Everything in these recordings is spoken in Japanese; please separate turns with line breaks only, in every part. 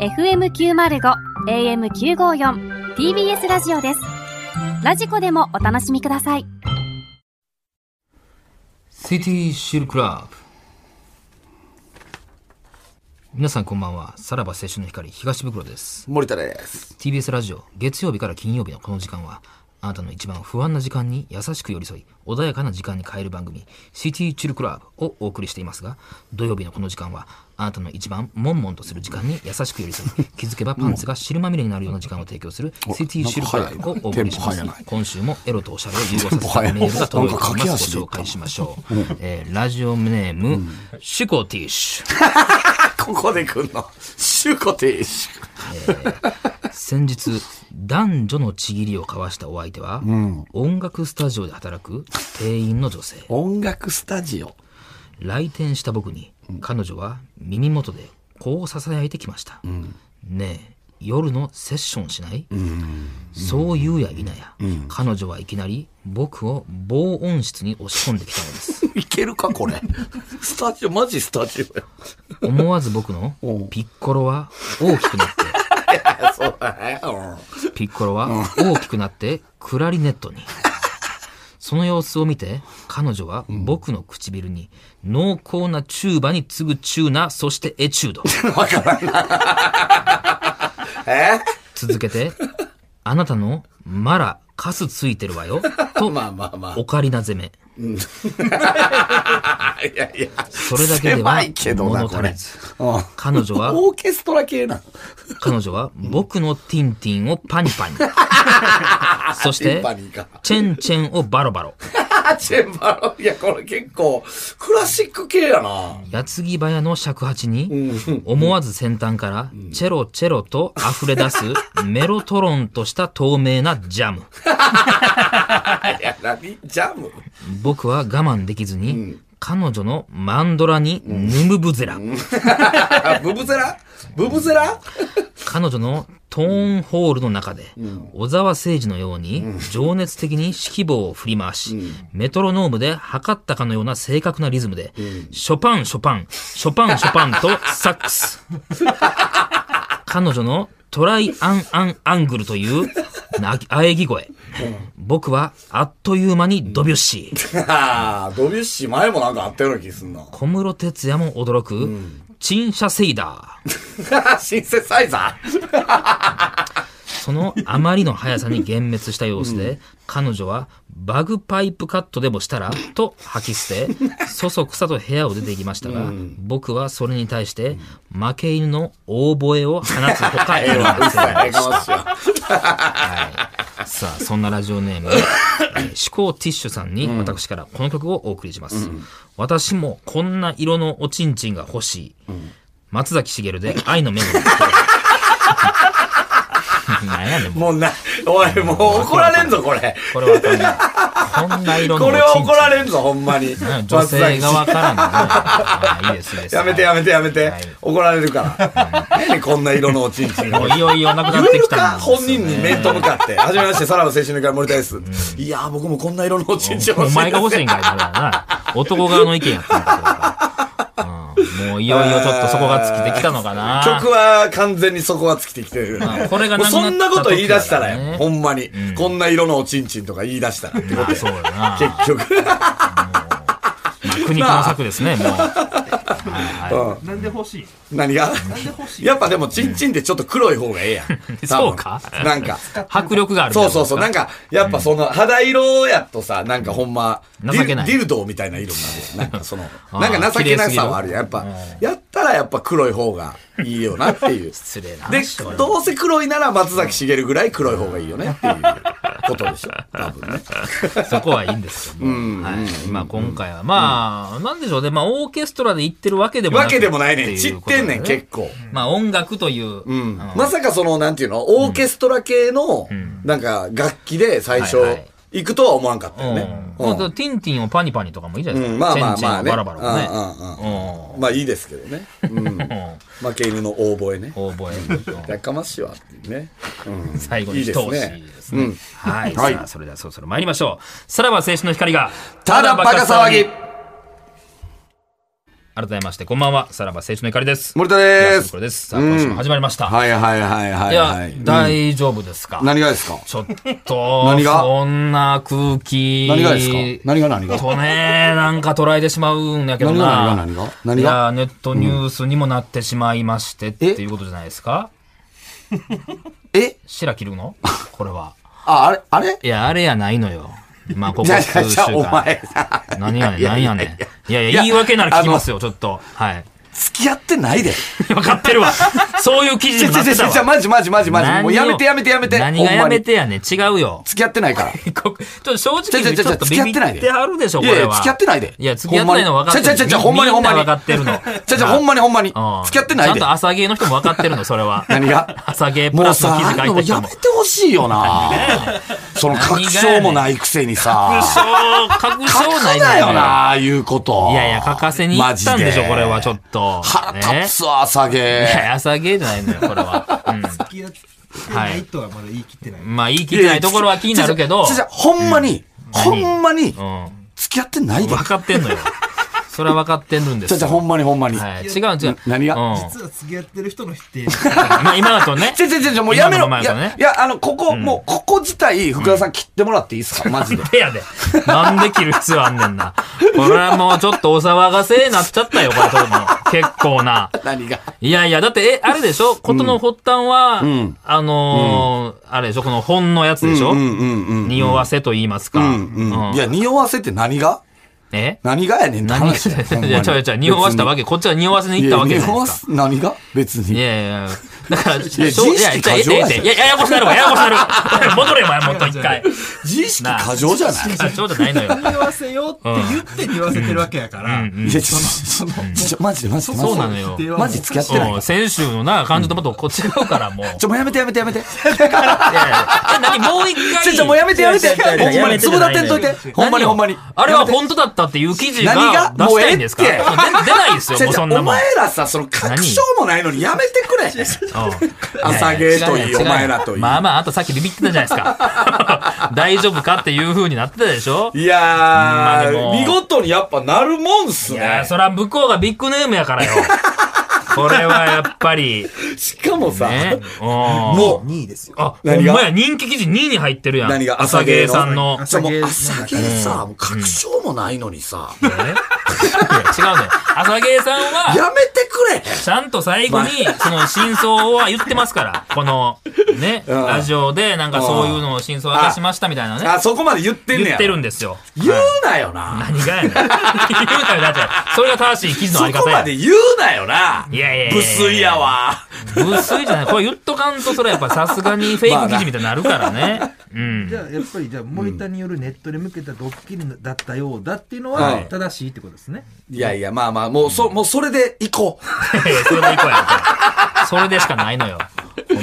FM905 AM954 TBS ラジオですラジコでもお楽しみください
シティシルクラブ皆さんこんばんはさらば青春の光東袋です
森田です。
TBS ラジオ月曜日から金曜日のこの時間はあなたの一番不安な時間に優しく寄り添い穏やかな時間に変える番組「シティチルクラブ」をお送りしていますが土曜日のこの時間はあなたの一番悶々とする時間に優しく寄り添 い気づけばパンツが汁まみれになるような時間を提供する「シティチルクラブ」をお送りしま
テ
す
ンポ早い
今週もエロとおしゃれを融合させたメールが届いてい
なんか駆け
ま
足
す
で
ご
い
紹
った
介しましょう、えーラジオネーム、シュコティッシュ
ここで来んの。シュコテイシュ。
先日男女のちぎりを交わしたお相手は、音楽スタジオで働く店員の女性
音楽スタジオ。
来店した僕に彼女は耳元でこうささやいてきました、ねえ夜のセッションしない、そう言うや否や、彼女はいきなり僕を防音室に押し込んできたのです
いけるか、これ。 スタジオ、マジスタジオよ。
思わず僕のピッコロは大きくなって
そうだね。う
ピッコロは大きくなってクラリネットに。その様子を見て、彼女は僕の唇に濃厚なチューバに次ぐチューナ、そしてエチュード。
んわからんな。え
続けて、あなたのマラ、カスついてるわよ。と、
まあまあま
オカリナ攻め。
あ。いやいや。
それだけでは
狭いけどな、
物
こ
足
れ
り。ず。
うん
彼女 は、
オーケストラ系なの。
彼女は僕のティンティンをパニパ ニ。そし
チェ
て
ンバ、ニーか。
チェンチェンをバロバロ。
チェンバロ。いや、これ結構、クラシック系やな。
矢継ぎ早の尺八に思わず先端からチェロチェロと溢れ出すメロトロンとした透明なジャム
いや、何ジャム
僕は我慢できずに彼女のマンドラにヌムブゼラ
あ、ブブゼラブブゼラ
彼女のトーンホールの中で小沢誠二のように情熱的に指揮棒を振り回しメトロノームで測ったかのような正確なリズムでショパンショパンショパンショパンと サックス彼女のトライアンアンアングルというな喘ぎ声僕はあっという間にドビュッシー
ああ、ドビュッシー前もなんかあったような気すんな。
小室哲哉も驚く陳謝セイダー
シンセサイザ
そのあまりの速さに幻滅した様子で、彼女はバグパイプカットでもしたらと吐き捨 て、そそくさと部屋を出ていきましたが、僕はそれに対して、負け犬の大声を放つほか
ー。ええわ、うっさい、ええかましいわ
さあ、そんなラジオネーム、えー思考ティッシュさんに私からこの曲をお送りします。私もこんな色のおちんちんが欲しい。松崎しげるで愛のメモ リー。なんやねん、もう
もうな、おい、もう怒られんぞ、これ。
これはあかんなこんな色のおちん
これ
ちん。
は怒られんぞ、ほんまに。
女性側からのね。あいいです、いいです。
やめてやめてやめて
はい。
怒られるから。何こんな色のおちんちんが。
もういよいよなくなっ
言え
て
る
きたん
か
ですよ
本人に面と向かって。はじめまして、さらば青春の会森田です。いやー、僕もこんな色のおちんちん
お前が欲し
い。
いんかいな、な。男側の意見やったんだけどうん。もういよいよちょっとそこが尽きてきたのかな。
曲は完全にそこは尽きてきてるよ
う
ね。
んこれがなくなった
もうそんなこと言い出したら
時だね
よ。ほんまに。こんな色のおちんちんとか言い出したらってこと
あそうよな。まあ、
結局。
苦肉の策ですね、もう。
なんで欲しい
何が
なんで欲しい
やっぱでも、チンチンってちょっと黒い方がええやん。
そうか
多分なんか。
迫力がある。
そうそうそう。な
なん
か、やっぱその、肌色やとさ、なんかほんま、デ
情けな
ィ
い
ディルドみたいな色になるよ。なんかその、
ー
なんか情けなさはあるやん。やっ
綺麗
ぱ
すぎる、
やったらやっぱ黒い方がいいよなっていう。
失礼な
で
話だな、
どうせ黒いなら松崎しげるぐらい黒い方がいいよねっていうことでしょ。多分ね。
そこはいいんですけども。はい。まあ今回は、まあ、なんでしょうね。まあオーケストラで行ってるわけでもなく
わけでもないねん。
って
散
う
っ
ことで
てんねん、結構。
まあ音楽という、
うん
あの
まさかその、なんていうの、オーケストラ系の、なんか、楽器で最初
はいはい、
行くとは思わんかったよね。
うん
うん
まあティンティンをパニパニとかもいいじゃないで
う
す
ん
か。
まあまあ
チェンチェン
まあね。
をバラバラもね。
うんうんうんまあいいですけどね。うん負け犬の大声ね。
うん。覚え
やかましいわっていうね。 うん
最後
い
に
いで
一
す
押し
ね。
ですね。はい。さあ、それではそろそろ参りましょう。さらば青春の光が、
ただバカ騒ぎ
改めまして、こんばんは。さらば青春の怒りです。
森田です
これです。さあ、今週も始まりました。
はいはいはいはいい
や、
はい。うん
大丈夫ですか
何がですか
ちょっと、
何が
そんな空気。
何がですか何が何が
とね、なんか捉えてしまうんやけど
何が
な。
何が何が何
いや、
が
ネットニュースにもなってしまいまして、って
え
いうことじゃないですか
え
白切るのこれは。
あ、あれあれ
いや、あれやないのよ。まあ、ここ
じゃあ
数
じ
週
ゃあお
間。
前さ、
何やねん、
いや
何
い
や
やいや
ねん。いやいや、
いや
言い訳なら聞きますよ、ちょっと。はい。
付き合ってないで。
分かってるわ。そういう記事
ちょ
になっ
ちょちょ
て
ち
た
ょちょ、
わ。
マジマジマジマジ。もうやめてやめてやめて。
何が
ほんま
や
に
めてやねん。違うよ。
付き合ってないから。
ここちょっと正直
ちょ
に
ちょ
ち
ち
ょ
ょ
っと
付
ビ
き合
ビ
ってない
っ
で
てはるでしょ、
い
こ
やい
れ
や
は。
付き合ってないで
いや、付き合ってないの分かってる。
ちょちょちょほんまに
みんな
ほんま
分
に
かってるの。
じゃあ じゃあほんまにほんまに
うん。
付き合ってない
ちゃん
で
と。朝芸の人も分かってるの、それは。
何が
朝芸プ
も
ラ
う
スの
さ、
記事
あ
書
あいう
い
の
て
や
るも。
めてほしいよな。その確証もないくせに
確
さ。
証、確
書
証
く
ない
なよな、ああいうこと。
いやいや、書かせに行ったんでしょ、これは、ちょっ
と。
と。
腹
ね
立つわ、朝
い
げ。
や、朝芸じゃないのよ、これは。う
付き合ってないとはまだ言い切ってない。
ん。まあ、言い切れないところは気になるけど、
じゃほんまに、ほんまに
う、ん。
付き合ってないで
分。かってんのよ。それは分かってるんで
じ
す
ゃ
よ。
じゃほんまにほんまに。
はい。違う違う。
何が
うん。
実は付き合ってる人の否定。
まあ今だとね。
ちょちょちょちょ、もうやめろ。
今の
い
前だとね
や、いや、あの、ここ、もう、ここ自体、福田さん切ってもらっていいですかマ ジで。
ペやで。なんで切る必要あんねんな。これはもうちょっとお騒がせになっちゃったよ、これとも。結構な。
何が。
いやいや、だって、え、あれでしょことの発端は、
ん
あのーあれでしょこの本のやつでしょ、
うんうんうん。
匂わせと言いますか。
うんうん。いや、匂わせって何が
え
何がやねんって
何が、
話やほんま
い
に
や、ちゃうちゃう、匂わしたわけ、こっちは匂わせに行ったわけじゃないですか。
いや匂わす何が別
い
に。
やいやいや、だ から、い
や
そういや、
自意識
ちゃうえ
過剰や
ええええややこしなるわ、 ややこしなる。戻れ、お前、もっと一 回。
自意識過剰じゃない
社長じゃないのよ。
匂わせよって言って匂わせてるわけやから。
いや、ちょ、ちょ、ちょ、マジでマジで。
そうなのよ。
マジで付き合ってない
うん。先週のな、感じともっとこう違うから、もう。
ちょ、もうやめてやめてやめて。
いやいやえ、何もう一回。
ちょ、ちょ、もうやめてやめて。
いやいやいや
ほんまに、つぶだてんといて。ほんまにほんまに。
あれは
やめて
本当だったっていう記事
何
が
が
出したいんですか
もうええ
出
って
出ないですよ、
ち
も
ょ
う
ちょ
そんな
お
もん。
前らさ、その確証もないのにやめてくれ。朝芸といい、お前らといい。
まあまあ、あとさっきビビってたじゃないですか。 大丈夫かっていう風になってたでしょ
いや
うんまあ
ー、
でも
見事にやっぱなるもんっす
いや
ね
ー、。そら向こうがビッグネームやからよ。これはやっぱり、
しかもさ、
ね。も
もう、
2位ですよ。
あ、ほん
何が
まや、人気記事2位に入ってるやん。
何が
朝
朝
芸
芸の
さん の。
じゃあもう朝
朝
芸さ、もう確証もないのにさ、
ねいや違うね。朝芸さんは、
やめてくれ
ちゃんと最後に、その真相は言ってますから。この、ね、
うん
ラジオで、なんかそういうのを真相明かしましたみたいなね。
あ、そこまで言ってんねや。
言ってるんですよ。
言うなよな。
何がやねん。言うたらだって、それが正しい記事の
そ
あり方
こ
や
ま。で言うなよな。
いやいやいや
無粋やわ。
無粋じゃない。これ言っとかんと、それやっぱさすがにフェイク記事みたいになるからね。うん
じ。ゃあやっぱりじゃあ森田によるネットで向けたドッキリだったようだっていうの
は
はい正しいってことですね。
いやいや、まあまあ、もうそ、もうそれで行こ
いやいや それでいこうやんか。それでしかないのよ。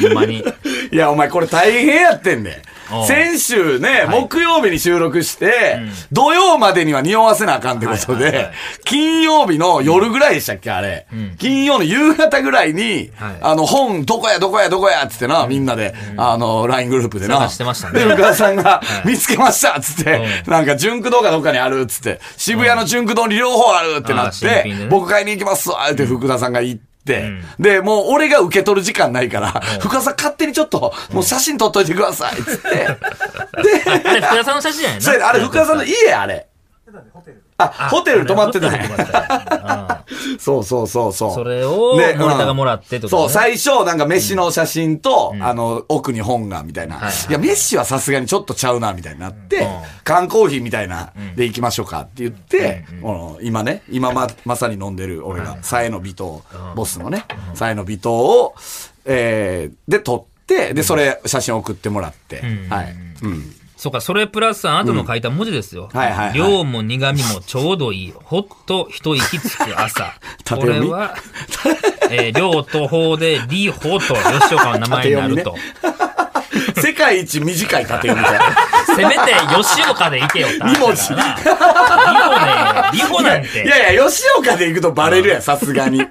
ほんまに。
う。いや、お前これ大変やってんね
おう。
先週ね、木曜日に収録して、土曜までには匂わせなあかんってこと
はいはいは
で
い、
金曜日の夜ぐらいでしたっけ、あれ。金曜の夕方ぐらいに
はい、
あの、本、どこやどこやどこやっつってな、みんなで、あの、LINE グループでな。
探してましたね
で、福田さんが、見つけましたっつって、なんか、純駆動かどっかにあるっつって、渋谷の純駆動に両方あるってなっ
あー新
て
品でね、
僕僕買いに行きますわって福田さんが言って。で、もう俺が受け取る時間ないから、福田さん勝手にちょっと、もう写真撮っといてくださいっ つって。で、
あれ、福田さんの写真やねん
それ
な。
あれ福田さんの家やあれ。あ、ホテル泊まってた
ホテル
ね
泊。まってた
そうそうそうそう。
それを
で
森田がもらってってことね
そう、最初、なんか飯の写真と、あの、奥に本が、みたいな。い
いはい
や、飯はさすがにちょっとちゃうな、みたいになって、缶コーヒーみたいな、で行きましょうかって言って、この今ね、今ま、まさに飲んでる、俺が、さえの微糖、ボスのね、さえの微糖を、えー、で、撮って、で、それ、写真送ってもらって、はい。うん。
そうか、それプラスあなたの書いた文字ですよ。
はいはいはい
量も苦味もちょうどいい。ほっと一息つく朝。
縦
こ
読
れ
み
は、えー、量と法で、りほと吉岡の名前にな ると。
世界一短い縦読みたいな。
せめて吉岡でいけよって話
二文字
だからな。りほね、りほなん
いや
て。
いや、吉岡で行くとバレるやん、さすがに。 いや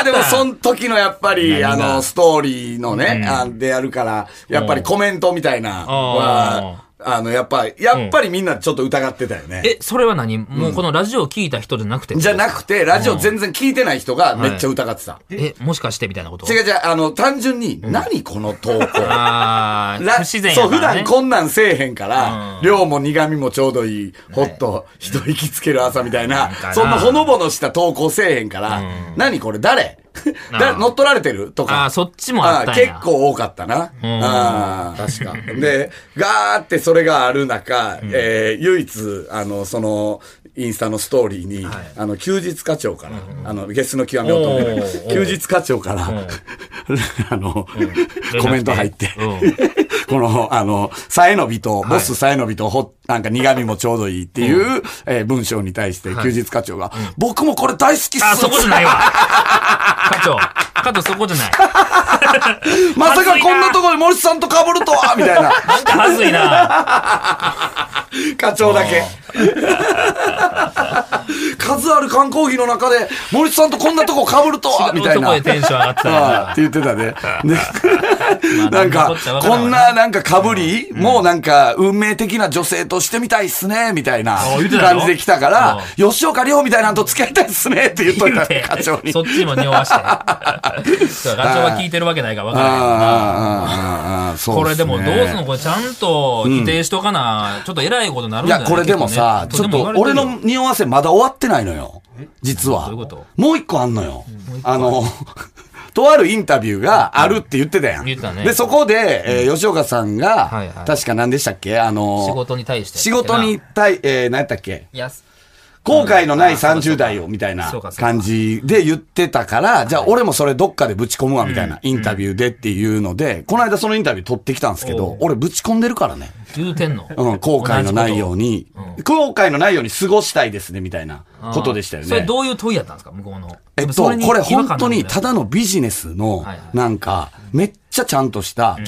ー、でも、その時のやっぱり、あ
何が
の、ストーリーのね、あでやるから、やっぱりコメントみたいな、
あー
はあの、やっぱ、やっぱりみんなちょっと疑ってたよね。
え、それは何もうこのラジオを聞いた人じゃなくて、
じゃなくて、ラジオ全然聞いてない人がめっちゃ疑ってた。
え、もしかしてみたいなこと
違う違う、あの、単純に、何この投稿。
あ
ら
あ、不自然
そ
や
う、
か
普
ら、ね。
段こんなんせえへんから、量も苦味もちょうどいい、ほっと、人行きつける朝みたいな
なんかな、
そんなほのぼのした投稿せえへんから、何これ誰 だ乗っ取られてるとか。
あーそっちもあったんや
あー結構多かったな。ああ、確か。で、ガーってそれがある中、えー唯一、あの、その、インスタのストーリーに、あの、休日課長から、あの、ゲスの極みを止め
お
る
ーおー
休日課長から、 あの、コメント入って、
うん
この、あの、さえのびと、ボスさえのびと、ほ、なんか苦味もちょうどいいっていう、えー文章に対して、休日課長が、僕もこれ大好きっす
あ、そこじゃないわ。課長、課長そこじゃない。
まさかこんなところで森さんと被るとはみたいな。
はずいな。
課長だけ。 数ある缶コーヒーの中で、森さんとこんなとこ被るとは みたい
とこ
な。
でテンション上がってた
ああ
な
っ。て言って たね。ね
まあ
なん
なんのこ
か
っちゃわ、から
こ
んわ
ん
な
ななんか被り、もうなんか運命的な女性としてみたいっすね、みたいな
あ言ってたよ
感じで来たから、吉岡里帆みたいなんと付き合いたいっすねって言っといたね、課長に。
そっちも匂わして。 そう課長は聞いてるわけないから分
ああ
からへんもんな。
ああああああそうっ
こ
すね
れでもどうすんのこれちゃんと否定しとかな、ちょっと偉いことになるん
い
じゃな
や、
い
これでもさ、ち
結
ょ
構
っ
ね
と俺
でも
の匂わせまだ終わってないのよ。実は。
どういうこと
もう一個あんのよ。あの、 とあるインタビューがあるって言ってたやん。
言ってたね
で、そこで、えー吉岡さんが、
はいはい
確か何でしたっけあの、
仕事に対して
仕事に対、えー、何やったっけ
いやす
後悔のない30
そうか
代をみたいな
そうかそうか
感じで言ってたから、じゃあ俺もそれどっかでぶち込むわみたいなインタビューでっていうので、この間そのインタビュー取ってきたんですけ
おう
ど、俺ぶち込んでるからね。
言うてんの、
うん、後悔のないように、後悔のないように過ごしたいですねみたいな
同じ
ことでしたよ
それ
ね。
どういう問いやったんですか向こうの。
えっと、
それに
これ本当
違
に
和
た
感な
だのビジネスの
はいは、い
なんか、めっちゃちゃんとした、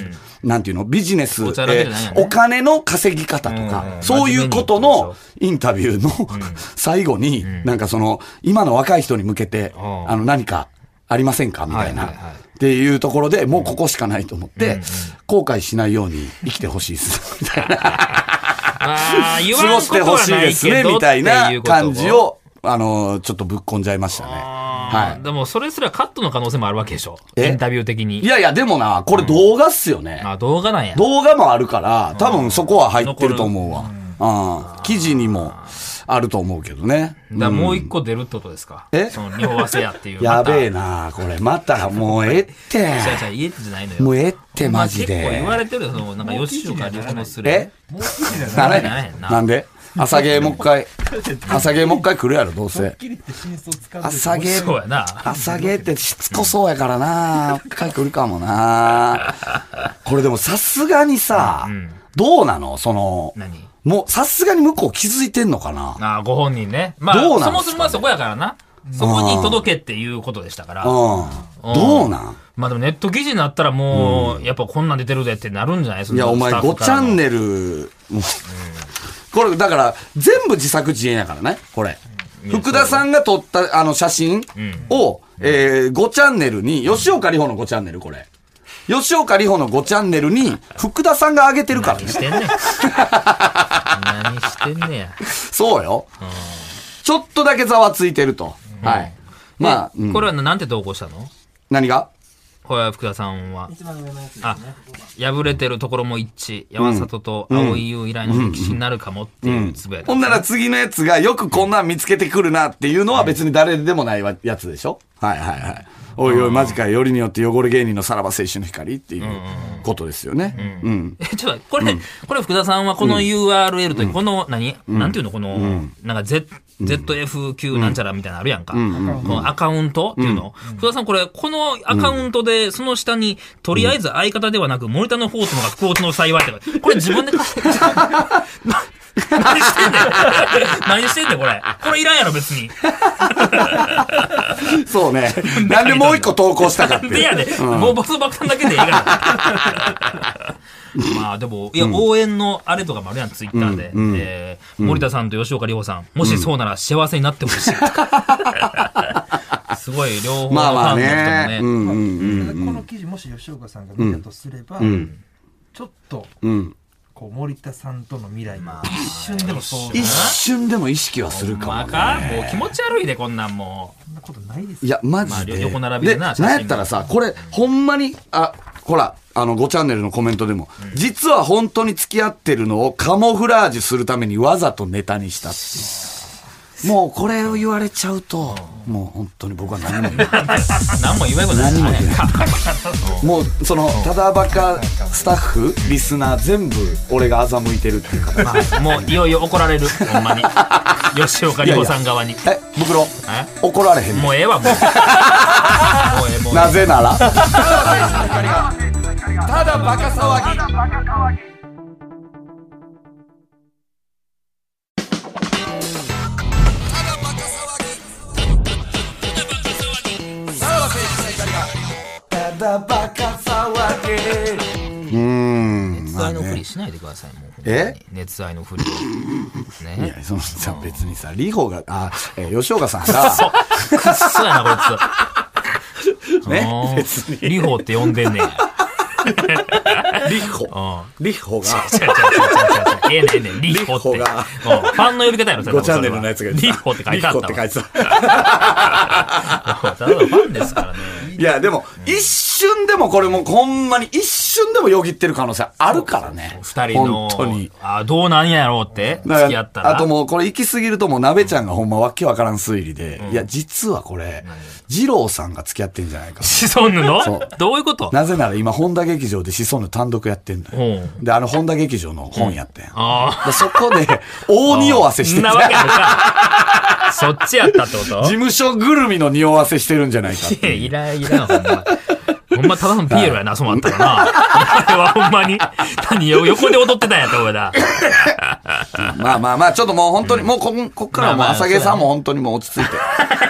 なんていうの、ビジネス、え
おちゃらけじゃないよね
ーお金の稼ぎ方と
うんう
か
ん、
そういうことのインタビューの 最後に、なんかその、今の若い人に向けて、
うん
あの、何かありませんかみたいな。
はいはいはい
っていうところで、もうここしかないと思って、後悔しないように生きてほしいです。みたいな。
あー言わ
過
ん
ご
こ
し
と
てほ
は
しい
な
で
い
す
け
ね、
ど
みたい
ってう
な
こと
感じ。を、あの、ちょっとぶっこんじゃいましたね。
あ
は
ーでもそれすらカットの可能性もあるわけでしょ。
え
インタビュー的に。
い。いやいや、でもな、これ動画っすよね。
あ、動画なんや。
動画もあるから、多分そこは入ってると思うわ。うん。記事にもあると思うけどね。
だからもう一個出るってことですか。
え
その匂わせやっていう。
やべえ
な。
な、これ。また、もうえ えって。
じゃじゃ家ってじゃないのよ。
もうええって、マジ
まあ結構
で
言。われてるよ、その、なんか吉岡里帆のする。
え
もう記事だな。
な
な
れ
れへんな
なんで朝芸もう一回。朝芸もう一回来るやろ、どう
ド ッ
せ。
キリって真相つかんで
朝芸
そうやな。
朝芸ってしつこそうやからな。一回来るかもな。これでもさすがにさ、どうなのその、
何
もうさすがに向こう気づいてんのかな
ああ、ご本人ね。まあ、
どうな
そ
んすか
も
ね
そもはそこやからな。そこに届けっていうことでしたから。
うん。どうなん
まあでもネット記事になったらもう、やっぱこんなん出てるでってなるんじゃない
いや、お前5チャ
ル。
ンネル、もうこれ、だから、全部自作自演やからね、これ。福田さんが撮った、あの、写真を、えー、5チャンネルに、吉岡里帆の5チャンネル、これ。吉岡里帆の5チャンネルに、福田さんが上げてるから
何
ね
し。てんねん。何してんねや。
そうよ。ちょっとだけざわついてると。はい。まあ、 うん
これはなんて投稿したの
何が
これは福田さんは。
一番上のやつですね
あ、破れてるところも一致。山里と青井優以来の歴史になるかもっていうつぶやき。
ほんなら次のやつがよくこんなん見つけてくるなっていうのは別に誰でもないわやつでしょはいはいはい。おいおい、マジかよ。よりによって汚れ芸人のさらば青春の光っていうことですよね。うん。
え、ちょっと、これ、これ福田さんはこの URL と、この、何、なんていうのこの、なんか Z、ZFQ なんちゃらみたいなのあるやんか。このアカウントっていうの、福田さんこれ、このアカウントで、その下に、とりあえず相方ではなく、森田のフォースのが不幸の幸いって書いて、これ自分で書いてな 何してんねん何してんねんこれ。これいらんやろ、別に。
そう ね。なんでもう一個投稿したかっ
なん
ていう。
でやねん。もうボス爆弾だけでええ から。まあでも、いや、応援のあれとかもあるやん、ツイッターで。えー森田さんと吉岡里帆さん、もしそうなら幸せになって ほしいとか。すごい、両方のフ
まあま
ァ
あ
ンの人
ね。
も
う
ね。
んうん。
ただこの記事もし吉岡さんが見たとすれば、ちょっと、
うん。
こう森田さんとの未来が一瞬でもそう
一瞬でも意識はするかも、
ま
ね。
かもう気持ち悪いで、こんなんもう。
そんなことないです
い
よ
や、マ
まあ
ジで。
横並びでな写真
なんやったらさ、これ、ほんまに、あ、ほら、あの、5チャンネルのコメントでも、実は本当に付き合ってるのをカモフラージュするためにわざとネタにしたっ ていうもうこれを言われちゃうと、もう本当に僕は何も言えない。
何も言えばない。
何も言え
ね
な いもう、その、ただバカスタッフ、リスナー、全部、俺が欺いてるっ ていう形。
もういよいよ怒られる。 ほんまに。吉岡里帆さん側に。
え、ブクロ
え、
怒られへんの
もうええわ、 もう。もうええ、もうええ。
なぜならただバカ騒ぎうーん
熱愛のふりしないでください、もう。
え
熱愛のふりを。
い
ね。
やそのさ別にさリホがあえー吉岡さんが
くっそやな、こいつ。
ね
うん
別に
リホって呼んでんねや。
リホリホが
違う違う違う違う違うええねんええねんリホって。うんフ
リホが
ァンの呼び方やろ、それ
5チャンネルのやつが
リホって書いてあったわ。
リホって書いてた
ただのファンですからね。
いや、でも、一瞬でもこれもうほんまに一瞬でもよぎってる可能性あるからね。
二人の。
本当に。
あ、どうなんやろうって
だから
付き合ったら。
あともうこれ行き過ぎるともう鍋ちゃんがほんまわけわからん推理で、いや、実はこれ、二郎さんが付き合ってんじゃないか。
シソンヌの
そう
どういうこと
なぜなら今、本田劇場でシソンヌ単独やってんだよ
う。
で、あの本田劇場の本やってん。
あ
でそこで、大匂わせ
あ。
し
そ
て
ん
んじ
な
ゃ
わ
ない
けあるか。そっちやったってこ
事
と
務所ぐるみの匂わせしてるんじゃないかっていう。
いやいらん、いらん、ほんま。ほんま、ただのピエロやな、そうなったらな。 あれはほんまに。何よ、横で踊ってたんやった、俺ら。
まあまあまあ、ちょっともう本当に、もうこん、こっからはもう
まあまあ
朝毛さんも本当にもう落ち 着いて。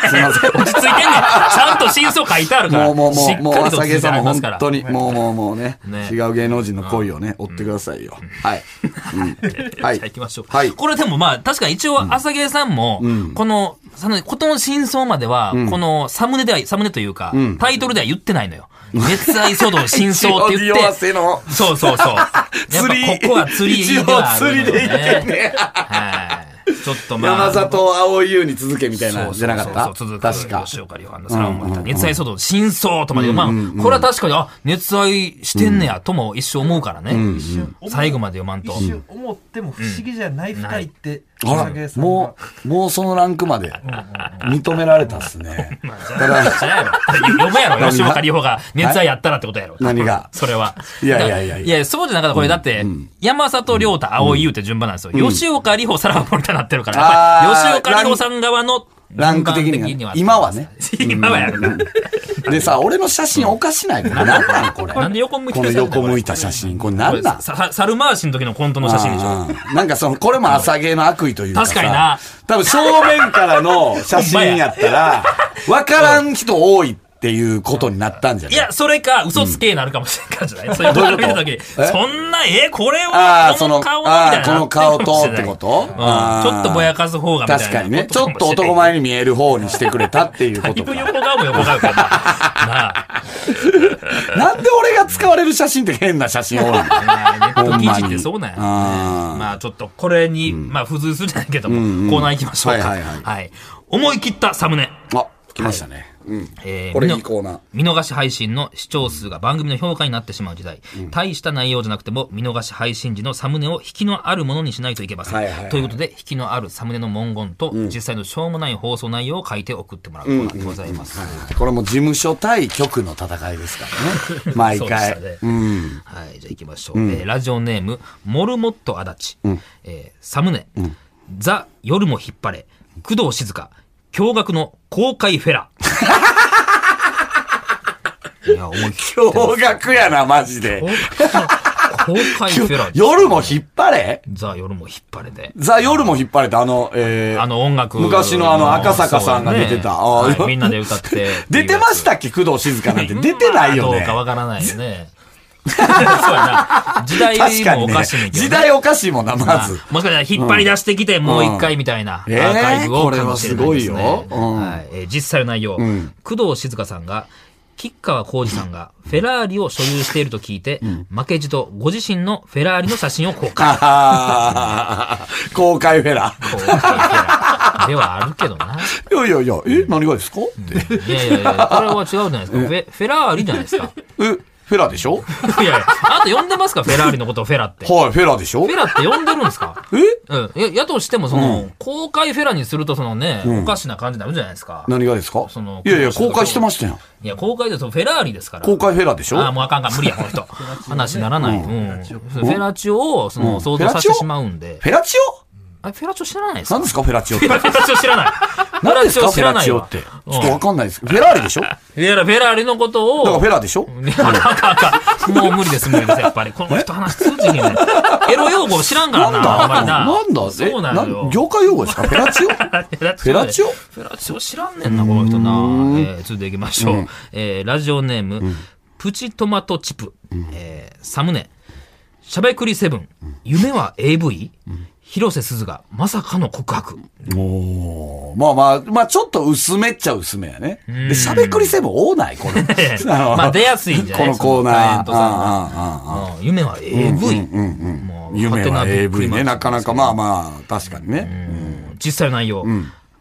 すいません。
落ち着いてんねん。ちゃんと真相書いてあるから。
もうもうも
しっ
う、もう、
かりと
朝
続
毛
けて
さ
あ
ん
り
も
ます
本
から。
当に、もうもうもうね
ね、
違う芸能人の恋をね、追ってくださいよ。はい。 うんは
じゃあ行きましょうか。
はい。
これでもまあ、確かに一応、朝芸さんも、この、その、ことの真相までは、この、サムネでは、サムネというか、タイトルでは言ってないのよ。熱愛騒動の真相って言
一応
っ
匂わ
て、
せの、
そうそう そう。やっぱ
釣り
ここは釣りではあるのよ、ね。
一応釣りで行ってね
はい。ちょっとまあ。
山里青優に続けみたいな
そ
ん
う
じゃなかっ
そうそう
た
続
確
く
か。
吉岡里帆のそれは思った。熱愛騒動の真相とまで、まあ、これは確かに、あ、熱愛してんねや、とも一生思うからね。最後まで読まんと。
一瞬思っても不思議じゃない二人って
あら
草毛さんが
もう、もうそのランクまで認められたっすね。ただ、
じゃあやろ。読むやろ、吉岡里帆が熱愛やったらってことやろ。
何が
それは。
いやいやいやいや
いや、そうじゃなかった。これだって、山里亮太、青井優って順番なんですよ。吉岡里帆、さらば森田になってるから。やっぱ
あー
り吉岡里帆さん側の
ランク的
順番
には。今はね。
今はやるな。
でさ、俺の写真おかしないこれ。なんなんこれ。
なんで横向いて
こ
る
の
写真
横向いた写真。これなんなん
ささ猿回しの時のコントの写真でしょ。
うんなんかその、これも朝芸の悪意というかさ。
確かにな。
多分正面からの写真やったら、わからん人多いっていうことになったんじゃない
いや、それか、嘘つけになるかもしれんからじゃない、そういう
どういう
の
こ
見
と
た時に、
え
そんな、え、これ
あ
は
あ、、
こ
そ
の
の、
顔はみ
あ
たい
あ、
な
この顔とってこ
うん
と
ち
あー
ょっとぼやかす方がみたいな。
確かにね。ちょっ
こともしれん
男前に見える方にしてくれたっていう
だ
こ
い
と
ぶ
か。
横顔も横顔やからな。なあ。
なんで俺が使われる写真って変な写真 多いの
ネッ
ほ
ト
ん
記
ま
事っ
に
てそうなんや、ね。
あー
まあちょっとこれに、まあ付随するじゃないけども、コーナー行きましょうか。
はいはいはい
思い切ったサムネ。
あ、来ましたね。うん。
えー
これ
み
い
の
いコーナー。
見逃し配信の視聴数が番組の評価になってしまう時代、大した内容じゃなくても見逃し配信時のサムネを引きのあるものにしないといけません、
はいはいはい
ということで引きのあるサムネの文言と、実際のしょうもない放送内容を書いて送ってもらうコーナーでございます、
これも事務所対局の戦いです からね。毎回
そうでし。た
う
ねはい、
ん。
じゃあ行きましょう、えーラジオネーム、モルモット足立、えーサムネ、ザ・夜も引っ張れ、工藤静香、驚愕の公開フェ ラ。いや、思いっきり。
驚愕やな、マジで
公。開フェラ。
夜も引っ張れ
ザ・夜も引っ張れで。
ザ・夜も引っ張れて、あの、えー、
あの音楽。
昔のあの赤坂さんが出て
そう
た
だね
ああ
はいみんなで歌って。
出てましたっけ工藤静香なんて。出てないよ
どう
ね
か。わからないよね。そうやな。時
確
代
か
も
に
お
ね
かしいねん。けどね
時代おかしいもんな、まず。
もしかしたら引っ張り出してきて、もう一回みたいな、
うんえー
アーカイブをかもしれないですね。
これはすごいようん
はいえー実際の内容、工藤静香さんが、吉川浩司さんがフェラーリを所有していると聞いて、負けじとご自身のフェラーリの写真を公開。
あー公開フェラ。
公開フェラーリではあるけどな。
いやいやいや、え、何がですかって。
いやいやいや、これは違うじゃないですか。フェフェラーリじゃないですか。
え、フェラでしょ
いやいや、あと呼んでますかフェラーリのことをフェラって。フ
はい、フェラでしょ
ェラって呼んでるんですか
え
うん。いや、やとしても、その、公開フェラにすると、そのね、おかしな感じになるじゃないですか。
何がですか
その
いやいや、公開してましたよ。
いや、公開でそのフェラーリですから。
公開フェラでしょ
ああ、もうあかんかん、無理や、この人。話にならない。うん。フェラチオを、その、想像させてしまうんで。
フェラチオ
あ、フェラチオ知らないですか
何ですか、フェラチオって。
フェラチオ知らない。フェ
何
ラ
で
チ
す
オ
か、
知
フェ
ら
ラ
ない
チオ
わ
っ。て。ち
うん
ょっとわかんないです。フェラーリでしょだか
いやフェラーリのことを。
らフェラでしょ
ねあかんあかんあかんもう無理です、無理です、やっぱり。この人話通じへんねん。エロ用語知らんから
なん
な、あんまり
だ
な。
なんだえ
そうなんよ
な。業界用語ですかフェ ラチオ
フ
ェラチオ
フェラチオ知らんねんな、この人な。えー、続いていきましょう。えー、ラジオネーム、プチトマトチップ、えー、サムネ、しゃべくりセブン、夢は AV? 広瀬すずがまさかの告白。。
おーまあまあ、まあちょっと薄めっちゃ薄めやね。で、しゃべくりセブン多ないこれ の
まあ出やすいんじゃない
このコーナ
その
ー。
タレントさんが
ああああああ
うん夢は AV。もう
夢は
勝手なびっくり
AV
マー
ね。
ク
なかなかまあまあ、確かにね。
実際の内容、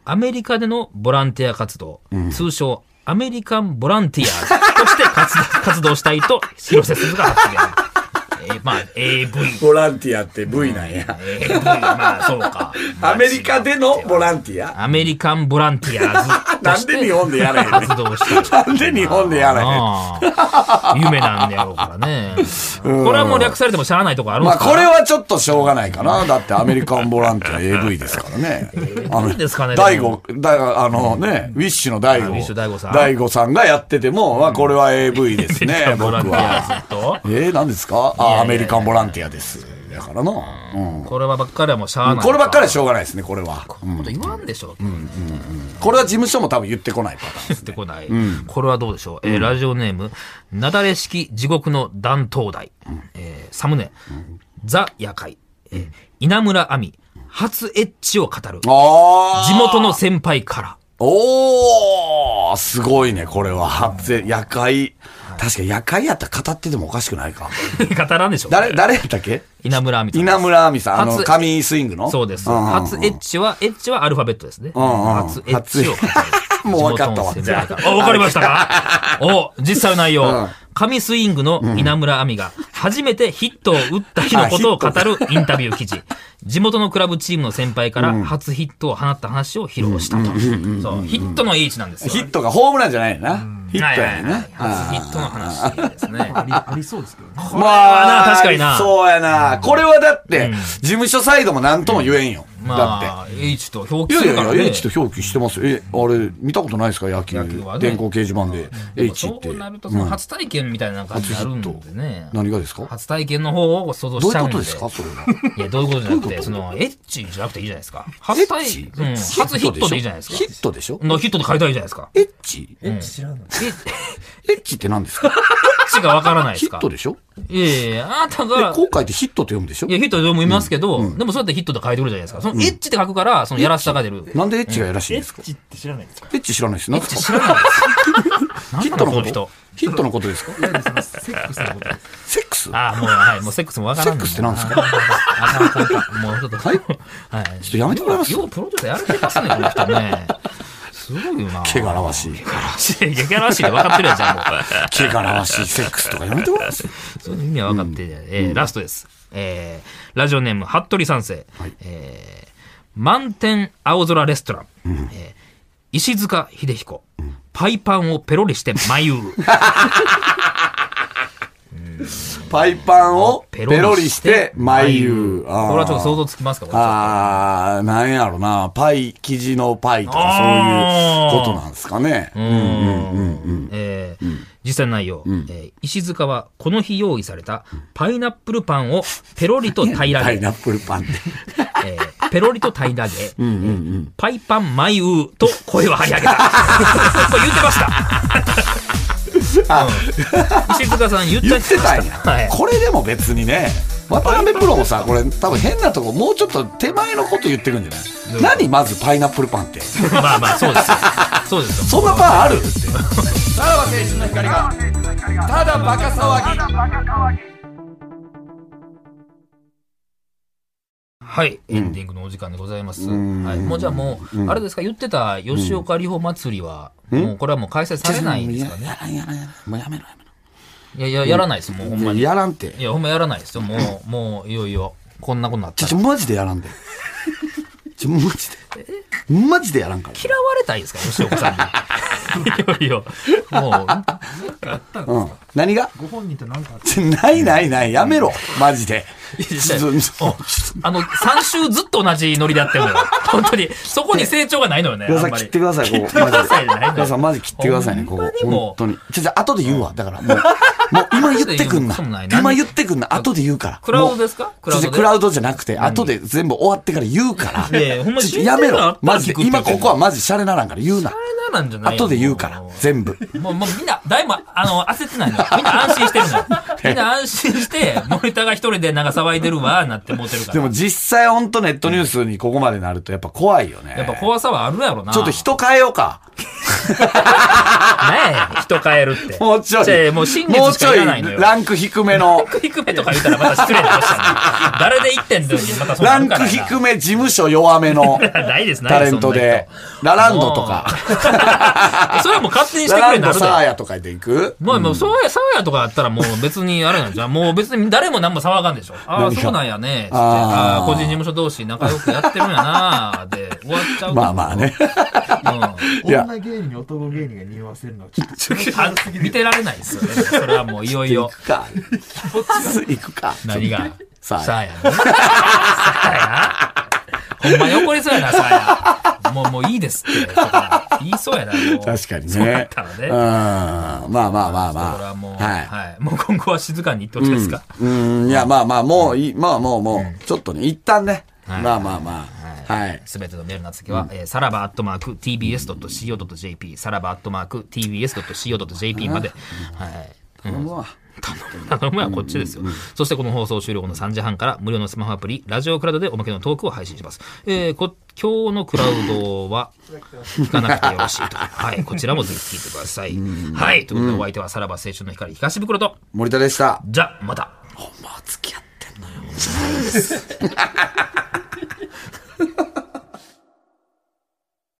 アメリカでのボランティア活動、通称アメリカンボランティアとして活動活動したいと広瀬すずが発言。えーまあ AV。
ボランティアって V なんや。
AV まあそうか。
アメリカでのボランティア
アメリカンボランティアーズと
なん
して
で日本でやらへんね
活動したい。
なんで日本でやらへん
ああ夢なんやろうからね。これはもう略されてもしゃあないとこあるん
ま
で
あ
すか
これはちょっとしょうがないかな。だってアメリカンボランティア AV ですから ね。あの
ですかね
大悟、大悟あのね、ウィッシュの大悟。
ウィッシュ大悟さん
大悟さんがやってても、まあこれは AV ですね、
ボ
僕
ランティ ア
は。
ーズと。
えー、何ですかあ、アメリカンボランティアです。だからな。うん。
これはばっかりはもうしゃあない。
こればっかりはしょうがないですね、これは。
こんなこと言わんでしょうけどね。
これは事務所も多分言ってこないパターン。
ってこない。これはどうでしょう。えーラジオネーム、なだれ式地獄の断頭台。えーサムネ、ザ・夜会。えー稲村亜美、初エッチを語る。
あー
地元の先輩から。
おーすごいね、これは。で夜会。確か夜会やったら語っててもおかしくないか。
語らんでしょう。
誰、誰やったっけ
稲村亜美さんです。
稲村亜美さん、あの、
初
神スイングの
そうです。
んんん
初エッチは、エッチはアルファベットですね。
んうん
初エッチを語る。
もう分かったわ
地元の先輩からお、わかりました かお、実際の内容。神スイングの稲村亜美が初めてヒットを打った日のことを語るインタビュー記事。地元のクラブチームの先輩から初ヒットを放った話を披露したと。そう、ヒットのいい位置なんですよ。
ヒットがホームランじゃないよな。ヒットや
はいはい
ね
はい。初ヒットの話です ね。
ありありそうですけどね。
これはな、確かにな。
そうやな。これはだって、事務所サイドも何とも言えんよ。だ
まあ、H と表
って。
記す
いや
るか
い
ら
や
ね。
いや、H と表記してますよ。え、あれ、見たことないですか野球。
野球はね
電光掲示板で。H って
そう。なると、その初体験みたいな感じになるんでね。
何がですか
初体験の方を想像
どう
し
い
ちゃ
う
うん
こ
で。
とですかそれは。
いや、どういうことじゃなくて、その、エッチじゃなくていいじゃないですか。初体、うん、初ヒットでいいじゃないですか
ヒ。ットでしょ
のヒットで変えたらいいじゃないですか。
エッチエ
え知らんの
ッチって何ですか
エッチがわからないで
ヒ
す
ッ
か
ト。でしょ
いやいや、あなた
で、
が、
こう書いてヒットって読むでしょ
いや、ヒットでもいますけど、でもそうやってヒットで変えてくるじゃないですか。その、エッチって書くから、その、やらしさが出る。
なんでエッチがやらしいん
エ
ですか
ッチって知らない ですか
エッチ知らないです。なんですか
知らないです。
ヒ
ヒ
ッ
ッ
ト
ト
の
の
こ
ことと
ヒットのことですか
いわゆるそのセックスのことです。
セックスちょ
ああ、もう、はい、もうセックスもわからん。
セックスってなんですか
あかんあかんあかんもうちょっと。
はい
はい。
っとやめてもらいます
ようプロデューサーやるてますね、この人ね。すごいよ な。
毛がらわしい。
いや、ギャラシーで分かってるやん、じゃん、もう。
毛がらわしいセックスとかやめてもらいます
その意味は分かってるやん。えーラストです。えー、ラジオネーム、服部三世。えー、満天青空レストラン。えー石塚秀彦。パイパンをペロリして眉。
パイパンを ペ
ペ
ロ
ロ
リ
リ
し
してて
眉優。こ
これはちょっと想像つきますかこれ
あー、なんやろな。パイ、生地のパイとかそう
あー
いうことなんですかね。
えー実際の内容、えー石塚はこの日用意されたパイナップルパンをペロリと平ら
パイ
げ、
ナップ ルパンって。
えーペロリと平らげ、パイパンマイウーと声を張り 上げた。これ言ってました。うん石塚さん 言っちゃ
言
いま
って
したた。
んや
はい。
これでも別にね渡辺プロもさこれ多分変なとこもうちょっと手前のこと言ってるんじゃない何まずパイナップルパンって
まあまあ、そうですよ。そうですよ。
そんなパンあるってさらば青春の光がただバカ騒ぎ
はい、エンディングのお時間でございます。はい、もうじゃあもう、あれですか、言ってた吉岡里帆祭りは、もうこれはもう開催されないんですかね。
やらんやらんやらんもうやめろやめろ
いやいや、やらないです、もうほんまに。
やらんて
いや、ほんまやらないですよ。もう、もう、いよいよ、こんなことになっ
ち
た
ょ
ら
ちょマジでやらんでちょマジでマジでやらんから
嫌われたいですか、吉岡さん に。いよいよ、もう、
うん何が
ご本人となんかあっ
ちょないないないやめろマジでちょちょ
あの、3週ずっと同じノリでやってる のよ。本当に。そこに成長がないのよね。
皆
あ
さ
ん
ん
ま
切
り
ってください、ここ。マ
切っ
ジ
てくださいじゃない
皆
の
さ
よ
んマジ切ってくださいね、こ
ほんまに
こ。
も
本
う
当に。ちょ、じゃあ後で言うわ。だから、もう、もう今言ってくん
後で言うこ
な
ともない。な
今言ってくんな。後で言うから。
クラウドですか
もう
クラウドで
ちょちょクラウドじゃなくて、後で全部終わってから言うか
いやいやほんま
ら。
に
ちょや
知
め
ってるのあった
ろ。
ら
マジで。
聞く
今
って
ここはマジシャレならんから言うな。
あれなんじゃない
後で言うから
も。
全部。
う、もうもうみんな、誰も、あの、焦ってないのよ。みんな安心してる のよ。みんな安心して、森田が一人でなんか騒いでるわ、なって思ってるから。
でも実際本当ネットニュースにここまでなるとやっぱ怖いよね。
やっぱ怖さはあるやろな。
ちょっと人変えようか。
ねえ、人変えるって。
もうちょ
じゃ
い。
あもう真実しかいらないのよ。
もうちょいランク低めの。
低めとか言ったらまた失礼な話だね。誰で言ってんのに、また そん
ラ
な
ン
のある
ク
からな
低め事務所弱めの
ないですない
タ
です
レントで、ラランドとか、
それはもう勝手にし
ラ
てく
ラ
れ
ン
な
ド
る
サー
で。
ヤとかで行く
もう、もう、そうや、そうやとかあったらもう別にあれなんじゃん。もう別に誰も何も騒がんでしょ。ああ、
何が
そうなんやね。つって
あー
ああ、個人事務所同士仲良くやってるんやな。で、終わっちゃう。
まあまあね。
うん。
た
いや
女芸人に男芸人が匂わせるのはちょっと
あ見てられないですよね。それはもういよい
行
よ。
く か。行くか。
何が
サーヤ
さあやね。さあや。ほんまに怒りそうやな、さあや。もう、もういいですって。とか言いそうやな、もう。
確かにね。
そうやったらね
うん。。まあまあまあ
それはもう、
まあ。
はい、
は
もう今後は静かに言ってほしいですか。
い。うん、いやまあまあ、もういい、まあもうもう、ちょっとね、一旦ね。
はい
まあまあまあ。はい。
すべてのメールの宛先は、えーさらばアットマーク tbs.co.jp、さらばアットマーク tbs.co.jp まで。はい。
頼むわ
頼むはこっちですよ。そしてこの放送終了後の3時半から無料のスマホアプリ、ラジオクラウドでおまけのトークを配信します。えーこ今日のクラウドは、聞かなくてよろしいと。はい、こちらもぜひ聞いてください。はい、ということでお相手はさらば青春の光東袋と、
森田でした。
じゃ、また。
もう付き合ってんのよ。